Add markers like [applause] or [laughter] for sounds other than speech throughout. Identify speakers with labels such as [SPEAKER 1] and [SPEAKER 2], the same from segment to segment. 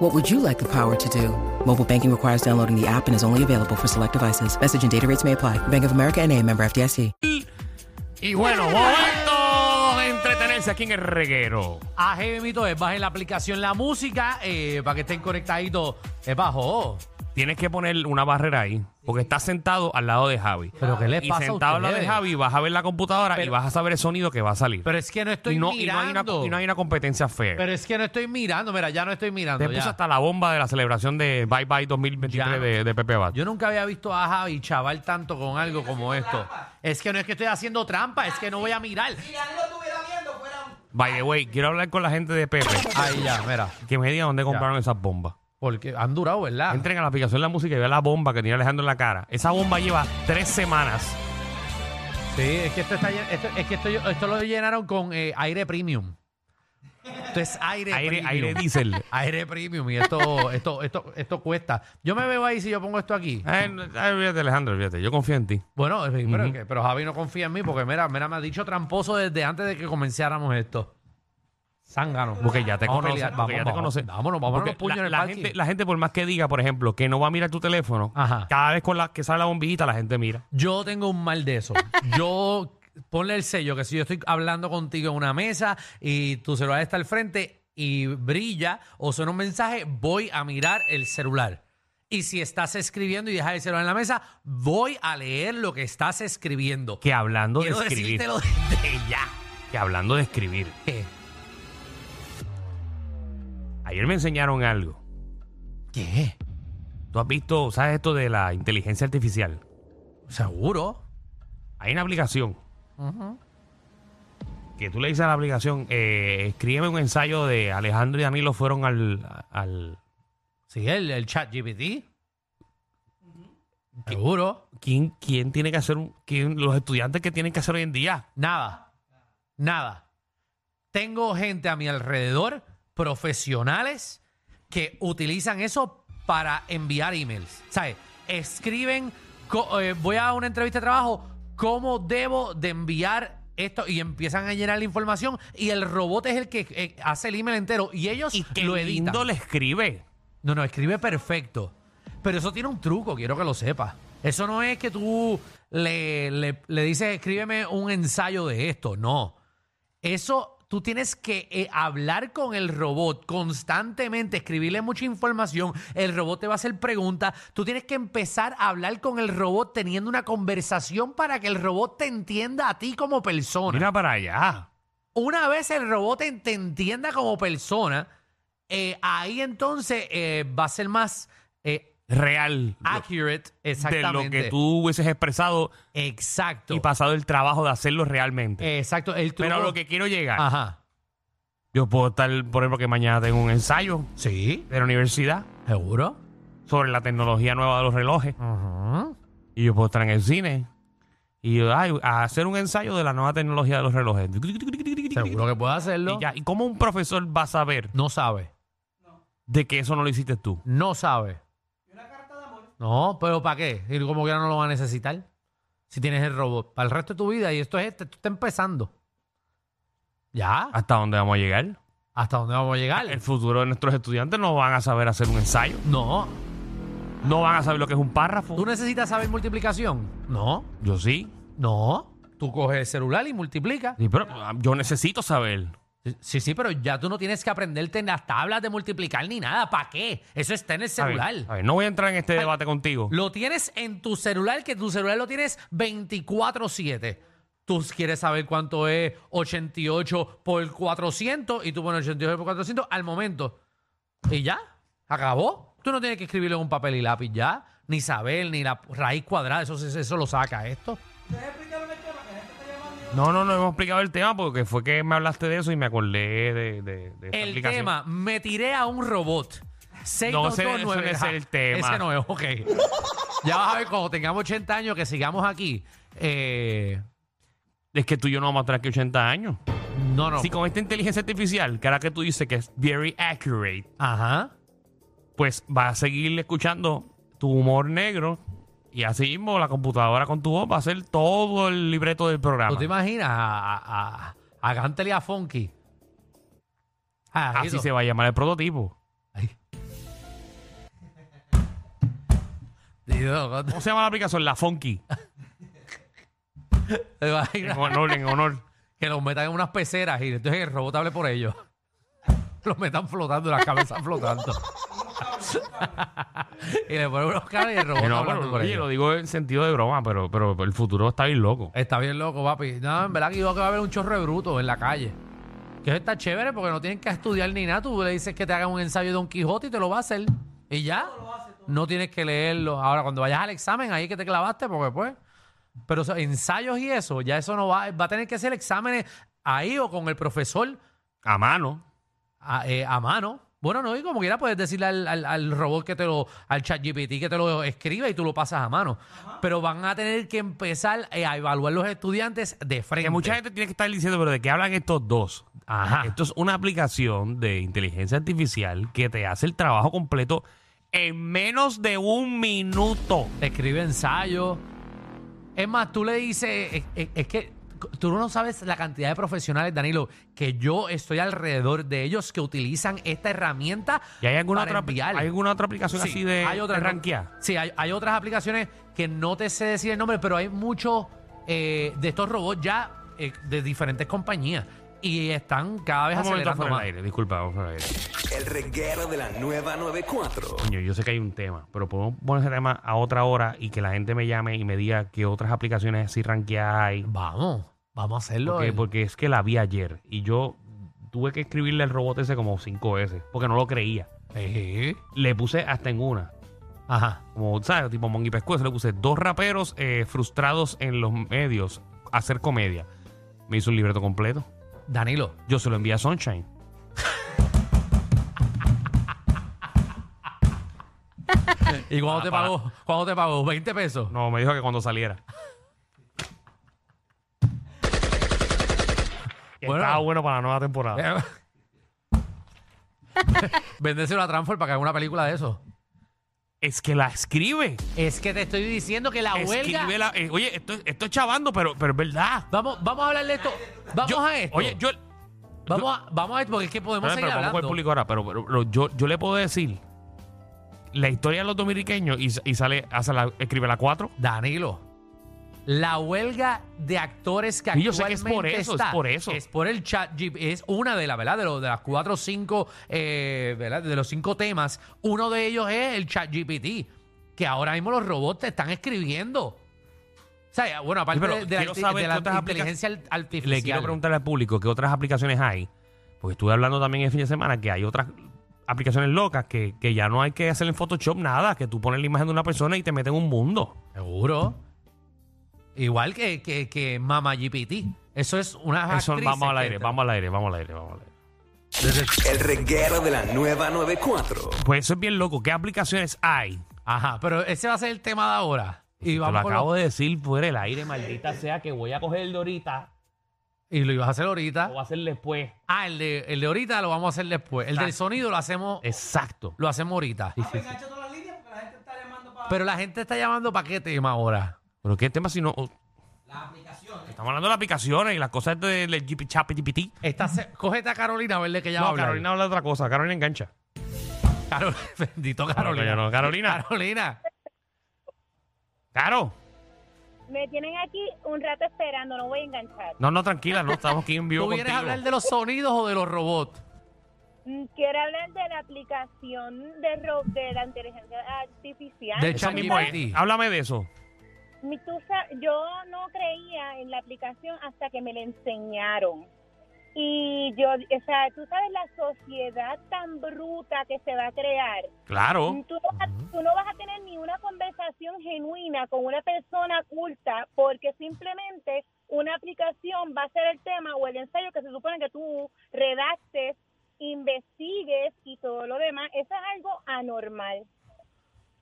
[SPEAKER 1] What would you like the power to do? Mobile banking requires downloading the app and is only available for select devices. Message and data rates may apply. Bank of America and a member FDIC.
[SPEAKER 2] Y bueno, momento de entretenerse aquí en el reguero.
[SPEAKER 3] AG de Mito es, bajen la aplicación La Música eh, para que estén conectaditos. Es bajo.
[SPEAKER 2] Tienes que poner una barrera ahí, porque estás sentado al lado de Javi.
[SPEAKER 3] ¿Pero qué les
[SPEAKER 2] y
[SPEAKER 3] pasa a
[SPEAKER 2] sentado al lado de
[SPEAKER 3] ustedes?
[SPEAKER 2] Javi vas a ver la computadora y
[SPEAKER 3] Pero-
[SPEAKER 2] vas a saber el sonido que va a salir.
[SPEAKER 3] Pero es que no estoy
[SPEAKER 2] y, no, y no hay una,
[SPEAKER 3] mirando.
[SPEAKER 2] y no hay una competencia fair.
[SPEAKER 3] Pero es que no estoy mirando. Mira, ya no estoy mirando.
[SPEAKER 2] Te puse
[SPEAKER 3] ya.
[SPEAKER 2] hasta la bomba de la celebración de Bye Bye 2023
[SPEAKER 3] Ya.
[SPEAKER 2] de, de Pepe Bat.
[SPEAKER 3] Yo nunca había visto a Javi chaval tanto con algo como esto. Es que no es que estoy haciendo trampa, es que no voy a mirar.
[SPEAKER 2] By the way, quiero hablar con la gente de Pepe,
[SPEAKER 3] Ahí ya, Ah. mira.
[SPEAKER 2] que me diga dónde compraron esas bombas.
[SPEAKER 3] Porque han durado, ¿verdad?
[SPEAKER 2] Entren a la aplicación de la música y vean la bomba que tiene Alejandro en la cara. Esa bomba lleva tres semanas.
[SPEAKER 3] Sí, es que esto está llen- esto, es que esto, esto lo llenaron con eh, aire premium. Esto es aire,
[SPEAKER 2] Aire,
[SPEAKER 3] premium.
[SPEAKER 2] aire diésel.
[SPEAKER 3] Aire premium y esto, esto, esto, esto cuesta. Yo me veo ahí si yo pongo esto aquí.
[SPEAKER 2] Ay, no, ay, olvídate, Alejandro, olvídate. Yo confío en ti.
[SPEAKER 3] Bueno, eh, pero, que- pero Javi no confía en mí porque mira, mira, me ha dicho tramposo desde antes de que comenzáramos esto. Zángano.
[SPEAKER 2] Porque ya te
[SPEAKER 3] Vamos a
[SPEAKER 2] conoce,
[SPEAKER 3] pelear,
[SPEAKER 2] porque
[SPEAKER 3] vamos,
[SPEAKER 2] ya te
[SPEAKER 3] vamos.
[SPEAKER 2] conoce.
[SPEAKER 3] Vámonos, vámonos
[SPEAKER 2] Porque
[SPEAKER 3] los puños
[SPEAKER 2] la,
[SPEAKER 3] en el
[SPEAKER 2] la
[SPEAKER 3] parking.
[SPEAKER 2] gente, la gente, por más que diga, por ejemplo, que no va a mirar tu teléfono,
[SPEAKER 3] Ajá.
[SPEAKER 2] cada vez con la que sale la bombillita, la gente mira.
[SPEAKER 3] Yo tengo un mal de eso. Yo ponle el sello que si yo estoy hablando contigo en una mesa y tu celular está al frente y brilla o suena un mensaje, voy a mirar el celular. Y si estás escribiendo y dejas el celular en la mesa, voy a leer lo que estás escribiendo.
[SPEAKER 2] Que hablando
[SPEAKER 3] Quiero
[SPEAKER 2] de [laughs] escribir.
[SPEAKER 3] decírtelo
[SPEAKER 2] Que ya. Que hablando de escribir.
[SPEAKER 3] ¿Qué?
[SPEAKER 2] Ayer me enseñaron algo.
[SPEAKER 3] ¿Qué?
[SPEAKER 2] Tú has visto, ¿sabes esto de la inteligencia artificial?
[SPEAKER 3] ¿Seguro?
[SPEAKER 2] Hay una aplicación. Que tú le dices a la aplicación, eh, escríbeme un ensayo de Alejandro y Danilo fueron al- al
[SPEAKER 3] Sí, el, el chat GPT. Seguro.
[SPEAKER 2] ¿quién, quién tiene que hacer un- quién- los estudiantes que tienen que hacer hoy en día?
[SPEAKER 3] Nada. Nada. Tengo gente a mi alrededor, profesionales, que utilizan eso para enviar emails. ¿Sabes? Escriben, co- eh, voy a una entrevista de trabajo, ¿cómo debo de enviar esto? Y empiezan a llenar la información y el robot es el que eh, hace el email entero y ellos
[SPEAKER 2] Y que
[SPEAKER 3] lo editan.
[SPEAKER 2] lindo le escribe.
[SPEAKER 3] No, no, escribe perfecto. Pero eso tiene un truco, quiero que lo sepas. Eso no es que tú le, le- le dices, escríbeme un ensayo de esto. No. Eso tú tienes que eh, hablar con el robot constantemente, escribirle mucha información. El robot te va a hacer preguntas. Tú tienes que empezar a hablar con el robot teniendo una conversación para que el robot te entienda a ti como persona
[SPEAKER 2] Mira para allá.
[SPEAKER 3] una vez el robot te, te entienda como persona, eh, ahí entonces eh, va a ser más eh,
[SPEAKER 2] Real. lo-
[SPEAKER 3] accurate.
[SPEAKER 2] de
[SPEAKER 3] Exactamente.
[SPEAKER 2] lo que tú hubieses expresado
[SPEAKER 3] Exacto.
[SPEAKER 2] y pasado el trabajo de hacerlo realmente.
[SPEAKER 3] Exacto. El truco. Ah.
[SPEAKER 2] Pero a lo que quiero llegar.
[SPEAKER 3] Ajá.
[SPEAKER 2] Yo puedo estar, por ejemplo, que mañana tengo un ensayo
[SPEAKER 3] Sí.
[SPEAKER 2] de la universidad
[SPEAKER 3] ¿Seguro?
[SPEAKER 2] sobre la tecnología nueva de los relojes.
[SPEAKER 3] Ajá.
[SPEAKER 2] Y yo puedo estar en el cine. Y yo, ay, a hacer un ensayo de la nueva tecnología de los relojes.
[SPEAKER 3] Seguro que puede hacerlo.
[SPEAKER 2] Y ya. ¿Y cómo un profesor va a saber
[SPEAKER 3] No sabe.
[SPEAKER 2] de que eso no lo hiciste tú?
[SPEAKER 3] No sabe. No, pero ¿para qué? Y como quiera no lo va a necesitar. Si tienes el robot. Para el resto de tu vida. Y esto es este. Tú estás empezando. ¿Ya?
[SPEAKER 2] ¿Hasta dónde vamos a llegar?
[SPEAKER 3] ¿Hasta dónde vamos a llegar?
[SPEAKER 2] Ah. El futuro de nuestros estudiantes no van a saber hacer un ensayo.
[SPEAKER 3] No.
[SPEAKER 2] No van a saber lo que es un párrafo.
[SPEAKER 3] ¿Tú necesitas saber multiplicación? No.
[SPEAKER 2] Yo sí.
[SPEAKER 3] No. Tú coges el celular y multiplicas.
[SPEAKER 2] Sí, pero ah, yo necesito saber.
[SPEAKER 3] Sí, sí, pero ya tú no tienes que aprenderte en las tablas de multiplicar ni nada. ¿Para qué? Eso está en
[SPEAKER 2] A
[SPEAKER 3] el
[SPEAKER 2] ver,
[SPEAKER 3] celular.
[SPEAKER 2] a ver, no voy a entrar en este debate contigo.
[SPEAKER 3] Lo tienes en tu celular, que tu celular lo tienes 24-7. Tú quieres saber cuánto es 88 por 400 y tú pones 88 por 400 al momento. Y ya, acabó. Tú no tienes que escribirlo en un papel y lápiz ya, ni saber, ni la raíz cuadrada. Eso, eso lo saca esto.
[SPEAKER 2] No, no, no hemos explicado el tema porque fue que me hablaste de eso y me acordé de, de, de esta
[SPEAKER 3] El
[SPEAKER 2] aplicación.
[SPEAKER 3] tema, me tiré a un robot.
[SPEAKER 2] No, ese- ese no
[SPEAKER 3] 6229.
[SPEAKER 2] es el
[SPEAKER 3] Ah,
[SPEAKER 2] tema.
[SPEAKER 3] Ese no es, ok. ya vas a ver, cuando tengamos 80 años, que sigamos aquí, eh,
[SPEAKER 2] es que tú y yo no vamos a estar aquí 80 años.
[SPEAKER 3] No, no.
[SPEAKER 2] Si con esta inteligencia artificial, que ahora que tú dices que es very accurate,
[SPEAKER 3] Ajá.
[SPEAKER 2] pues vas a seguir escuchando tu humor negro y así mismo la computadora con tu voz va a hacer todo el libreto del programa.
[SPEAKER 3] ¿Tú te imaginas a, a, a, a Gantel y a Funky? Ah,
[SPEAKER 2] Así
[SPEAKER 3] eso. [laughs]
[SPEAKER 2] se va a llamar el prototipo.
[SPEAKER 3] Ay. Dios, ¿cuánto
[SPEAKER 2] ¿Cómo se llama la aplicación? La
[SPEAKER 3] [laughs]
[SPEAKER 2] Funky.
[SPEAKER 3] te
[SPEAKER 2] En
[SPEAKER 3] imaginas?
[SPEAKER 2] honor, en honor.
[SPEAKER 3] Que los metan en unas peceras y entonces el robot hable por ellos. [laughs] Los metan flotando, las cabezas flotando. [laughs] y le ponen unos caras y el robot
[SPEAKER 2] Que no,
[SPEAKER 3] hablando
[SPEAKER 2] pero,
[SPEAKER 3] por
[SPEAKER 2] oye, lo
[SPEAKER 3] ellos.
[SPEAKER 2] digo en sentido de broma, pero, pero el futuro está bien loco.
[SPEAKER 3] Está bien loco, papi. No, en verdad que yo creo que va a haber un chorro de brutos en la calle. Que eso está chévere porque no tienen que estudiar ni nada. Tú le dices que te hagan un ensayo de Don Quijote y te lo va a hacer. Y ya. No tienes que leerlo. Ahora, cuando vayas al examen, ahí es que te clavaste porque pues... Pero o sea, ensayos y eso, ya eso no va... Va a tener que hacer exámenes ahí o con el profesor
[SPEAKER 2] A mano.
[SPEAKER 3] a, eh, a mano. Bueno, no, y como quiera puedes decirle al, al- al robot que te lo, al chat GPT que te lo escribe y tú lo pasas a mano. Pero van a tener que empezar eh, a evaluar los estudiantes de frente.
[SPEAKER 2] Que mucha gente tiene que estar diciendo, pero ¿de qué hablan estos dos?
[SPEAKER 3] Ajá.
[SPEAKER 2] Esto es una aplicación de inteligencia artificial que te hace el trabajo completo en menos de un minuto.
[SPEAKER 3] Te escribe ensayos. Es más, tú le dices, es, es- es que tú no sabes la cantidad de profesionales, Danilo, que yo estoy alrededor de ellos que utilizan esta herramienta.
[SPEAKER 2] ¿Y hay alguna, otra,
[SPEAKER 3] para enviar.
[SPEAKER 2] ¿hay alguna otra aplicación
[SPEAKER 3] Sí,
[SPEAKER 2] así de,
[SPEAKER 3] hay otras,
[SPEAKER 2] de
[SPEAKER 3] ¿no?
[SPEAKER 2] rankear?
[SPEAKER 3] Sí, hay, hay otras aplicaciones que no te sé decir el nombre, pero hay muchos eh, de estos robots ya eh, de diferentes compañías y están cada vez
[SPEAKER 2] Un momento
[SPEAKER 3] acelerando
[SPEAKER 2] fuera del
[SPEAKER 3] más.
[SPEAKER 2] aire, disculpa, vamos fuera del aire.
[SPEAKER 4] El reguero de la nueva 94.
[SPEAKER 2] Coño, yo sé que hay un tema, pero podemos poner ese tema a otra hora y que la gente me llame y me diga qué otras aplicaciones así rankeadas hay.
[SPEAKER 3] Vamos, vamos a hacerlo.
[SPEAKER 2] Porque,
[SPEAKER 3] eh.
[SPEAKER 2] porque es que la vi ayer y yo tuve que escribirle al robot ese como cinco veces porque no lo creía.
[SPEAKER 3] Eh,
[SPEAKER 2] Le puse hasta en una.
[SPEAKER 3] Ajá.
[SPEAKER 2] Como, ¿sabes? Tipo Mongi Pescuezo. Le puse dos raperos eh, frustrados en los medios hacer comedia. Me hizo un libreto completo.
[SPEAKER 3] Danilo,
[SPEAKER 2] Yo se lo envié a Sunshine.
[SPEAKER 3] ¿y cuándo te
[SPEAKER 2] Ah, para-
[SPEAKER 3] pagó? ¿Cuándo te pagó? ¿20 pesos?
[SPEAKER 2] No, me dijo que cuando saliera. Que
[SPEAKER 3] Bueno.
[SPEAKER 2] Estaba [laughs] bueno Eh, para la nueva temporada.
[SPEAKER 3] Eh. [laughs] Vendéselo a Transfer para que haga una película de eso.
[SPEAKER 2] Es que la escribe.
[SPEAKER 3] Es que te estoy diciendo que la huelga.
[SPEAKER 2] Escribe la- eh, oye, esto, esto es chavando, pero, pero es verdad.
[SPEAKER 3] Vamos, vamos a hablar de esto. Vamos
[SPEAKER 2] Yo-
[SPEAKER 3] a esto.
[SPEAKER 2] Oye, yo,
[SPEAKER 3] vamos, a, vamos a esto porque es que podemos
[SPEAKER 2] Espérame,
[SPEAKER 3] seguir
[SPEAKER 2] pero vamos
[SPEAKER 3] hablando.
[SPEAKER 2] con el público ahora, pero, pero- pero yo, yo le puedo decir la historia de los dominiqueños y, y sale, hace la, escribe la 4.
[SPEAKER 3] Danilo, la huelga de actores que
[SPEAKER 2] Y yo sé que
[SPEAKER 3] actualmente
[SPEAKER 2] es por eso, es
[SPEAKER 3] está,
[SPEAKER 2] por eso.
[SPEAKER 3] es por el chat, G- es una de las, ¿verdad? De, los- de las cuatro o cinco, eh, ¿verdad? De los cinco temas, uno de ellos es el chat GPT, que ahora mismo los robots te están escribiendo. O sea, bueno, aparte
[SPEAKER 2] pero
[SPEAKER 3] de, de la,
[SPEAKER 2] quiero
[SPEAKER 3] arti-
[SPEAKER 2] saber
[SPEAKER 3] de
[SPEAKER 2] qué
[SPEAKER 3] la
[SPEAKER 2] otras
[SPEAKER 3] inteligencia al- artificial.
[SPEAKER 2] Le quiero preguntar al público qué otras aplicaciones hay, porque estuve hablando también el fin de semana que hay otras aplicaciones locas que, que ya no hay que hacer en Photoshop nada, que tú pones la imagen de una persona y te meten en un mundo.
[SPEAKER 3] Seguro. Igual que, que, que Mama GPT. Eso es una
[SPEAKER 2] Eso,
[SPEAKER 3] actrices
[SPEAKER 2] vamos al
[SPEAKER 3] que
[SPEAKER 2] aire,
[SPEAKER 3] entran.
[SPEAKER 2] vamos al aire, vamos al aire, vamos al aire.
[SPEAKER 4] El reguero de la nueva 94.
[SPEAKER 2] Pues eso es bien loco, ¿qué aplicaciones hay?
[SPEAKER 3] Ajá, pero ese va a ser el tema de ahora. Y,
[SPEAKER 2] Pues Te lo
[SPEAKER 3] vamos con
[SPEAKER 2] acabo de decir fuera el aire, maldita sea, que voy a coger de ahorita
[SPEAKER 3] lo- y lo ibas a hacer
[SPEAKER 2] o
[SPEAKER 3] ahorita.
[SPEAKER 2] voy a hacer después.
[SPEAKER 3] Ah, el de, el de ahorita lo vamos a hacer después. El del sonido lo hacemos,
[SPEAKER 2] Eh. Exacto.
[SPEAKER 3] lo hacemos ahorita. Pero la gente está llamando para qué tema ahora.
[SPEAKER 2] ¿Pero qué tema si no...? Las aplicaciones. Estamos hablando de las aplicaciones y las cosas de- del GP chat GPT.
[SPEAKER 3] Esta se- cógete a Carolina a verle que ya va a
[SPEAKER 2] No,
[SPEAKER 3] hablar.
[SPEAKER 2] Carolina habla de otra cosa. Carolina engancha.
[SPEAKER 3] Carol- [laughs] bendito Carolina.
[SPEAKER 2] No, no, Carolina.
[SPEAKER 3] Carolina.
[SPEAKER 2] Caro.
[SPEAKER 5] Me tienen aquí un rato esperando, no voy a enganchar.
[SPEAKER 2] No, no, tranquila. No, estamos aquí en vivo
[SPEAKER 3] [laughs] ¿Tú vienes a
[SPEAKER 2] contigo.
[SPEAKER 3] hablar de los sonidos o de los robots?
[SPEAKER 5] Mm, Quiero hablar de la aplicación de, ro- de la inteligencia artificial.
[SPEAKER 3] De
[SPEAKER 2] Eso mismo es.
[SPEAKER 3] ChatGPT.
[SPEAKER 2] Háblame de eso.
[SPEAKER 5] Mi- tú sa- yo no creía en la aplicación hasta que me la enseñaron. Y yo, o sea, tú sabes la sociedad tan bruta que se va a crear.
[SPEAKER 2] Claro.
[SPEAKER 5] Tú no, vas a- tú no vas a tener ni una conversación genuina con una persona culta porque simplemente una aplicación va a ser el tema o el ensayo que se supone que tú redactes, investigues y todo lo demás. Eso es algo anormal.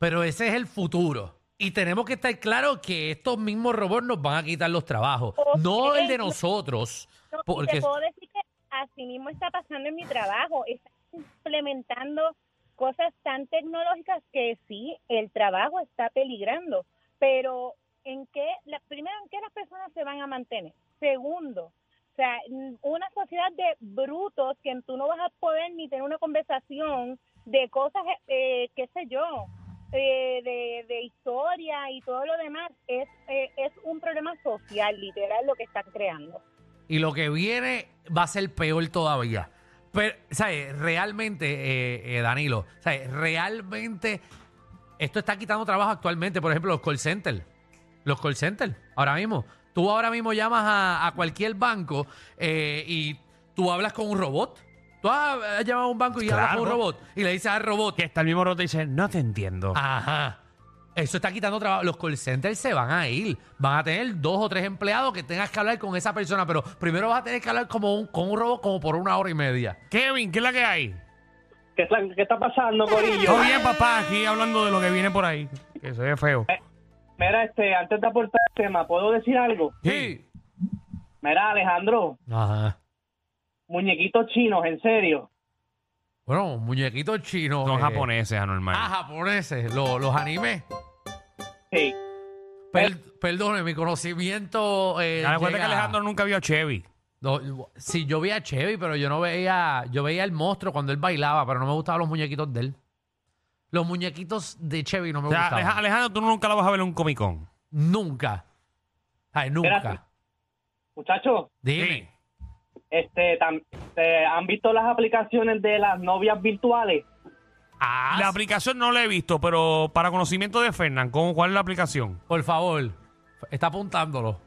[SPEAKER 3] Pero ese es el futuro. Y tenemos que estar claros que estos mismos robots nos van a quitar los trabajos.
[SPEAKER 5] Ok.
[SPEAKER 3] No el de nosotros.
[SPEAKER 5] No, eh, y
[SPEAKER 3] Porque
[SPEAKER 5] te puedo decir que así mismo está pasando en mi trabajo. Están implementando cosas tan tecnológicas que sí, el trabajo está peligrando. Pero, ¿en qué? la- primero, ¿en qué las personas se van a mantener? Segundo, o sea, n- una sociedad de brutos que tú no vas a poder ni tener una conversación de cosas, eh, qué sé yo, eh, de, de historia y todo lo demás, es, eh, es un problema social, literal, lo que están creando.
[SPEAKER 3] Y lo que viene va a ser peor todavía. Pero, ¿sabes? Realmente, eh, eh, Danilo, ¿sabes? Realmente esto está quitando trabajo actualmente. Por ejemplo, los call centers. Los call centers, ahora mismo. Tú ahora mismo llamas a, a cualquier banco eh, y tú hablas con un robot. Tú has, has llamado a un banco y hablas con un
[SPEAKER 2] Claro.
[SPEAKER 3] robot. Y le dices al robot,
[SPEAKER 2] Que está el mismo roto y dice, no te entiendo.
[SPEAKER 3] Ah. Ajá. Eso está quitando trabajo. Los call centers se van a ir. Van a tener dos o tres empleados que tengas que hablar con esa persona, pero primero vas a tener que hablar como un, con un robot como por una hora y media.
[SPEAKER 2] Kevin, ¿qué es la que hay?
[SPEAKER 6] ¿Qué, es la- qué está pasando, Corillo?
[SPEAKER 2] Todo bien, papá, aquí hablando de lo que viene por ahí. Que se ve feo.
[SPEAKER 3] Eh.
[SPEAKER 6] Mira, este, antes de aportar el tema, ¿puedo decir algo?
[SPEAKER 2] Sí.
[SPEAKER 6] Mira, Alejandro,
[SPEAKER 3] Ajá.
[SPEAKER 6] muñequitos chinos, en serio.
[SPEAKER 3] Bueno, muñequitos chinos.
[SPEAKER 2] Son
[SPEAKER 3] eh,
[SPEAKER 2] japoneses, anormal.
[SPEAKER 3] Ah, japoneses. lo- los animes.
[SPEAKER 6] Sí.
[SPEAKER 3] Per- perdone, mi conocimiento. Eh,
[SPEAKER 2] Dale cuenta Pues- que
[SPEAKER 3] llega-
[SPEAKER 2] Alejandro nunca vio a Chevy.
[SPEAKER 3] No, sí, yo veía a Chevy, pero yo no veía. Yo veía el monstruo cuando él bailaba, pero no me gustaban los muñequitos de él. Los muñequitos de Chevy no me
[SPEAKER 2] O sea,
[SPEAKER 3] gustaban.
[SPEAKER 2] Aleja- Alejandro, tú nunca lo vas a ver en un Comic Con.
[SPEAKER 3] Nunca. Ay,
[SPEAKER 6] Espérate.
[SPEAKER 3] nunca.
[SPEAKER 6] Muchachos,
[SPEAKER 3] Dime.
[SPEAKER 6] este, tam- este, ¿han visto las aplicaciones de las novias virtuales?
[SPEAKER 3] Ah,
[SPEAKER 2] La
[SPEAKER 3] sí,
[SPEAKER 2] aplicación no la he visto, pero para conocimiento de Fernán, ¿cómo- ¿cuál es la aplicación?
[SPEAKER 3] por favor. Está apuntándolo.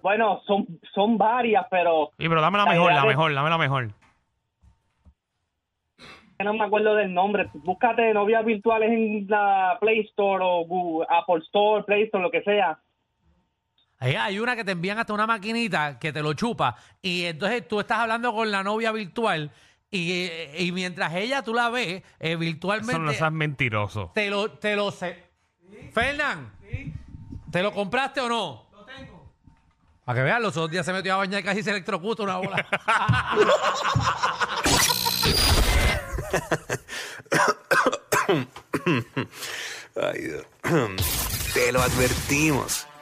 [SPEAKER 6] Bueno, son, son varias, pero
[SPEAKER 2] Sí, pero dame la
[SPEAKER 6] La
[SPEAKER 2] mejor,
[SPEAKER 6] idea
[SPEAKER 2] la
[SPEAKER 6] de-
[SPEAKER 2] mejor, dame la mejor.
[SPEAKER 6] no me acuerdo del nombre. Búscate novias virtuales en la Play Store o Google- Apple Store, Play Store, lo que sea.
[SPEAKER 3] Ahí hay una que te envían hasta una maquinita que te lo chupa. Y entonces tú estás hablando con la novia virtual. Y, eh, y mientras ella tú la ves eh, virtualmente,
[SPEAKER 2] Son no seas mentiroso.
[SPEAKER 3] te lo, te lo sé. Fernán, ¿te lo compraste o no? Lo tengo. Para que vean, los otros días se metió a bañar y casi se electrocuta una bola. [laughs]
[SPEAKER 4] Ay, Dios. [clears throat] Te lo advertimos.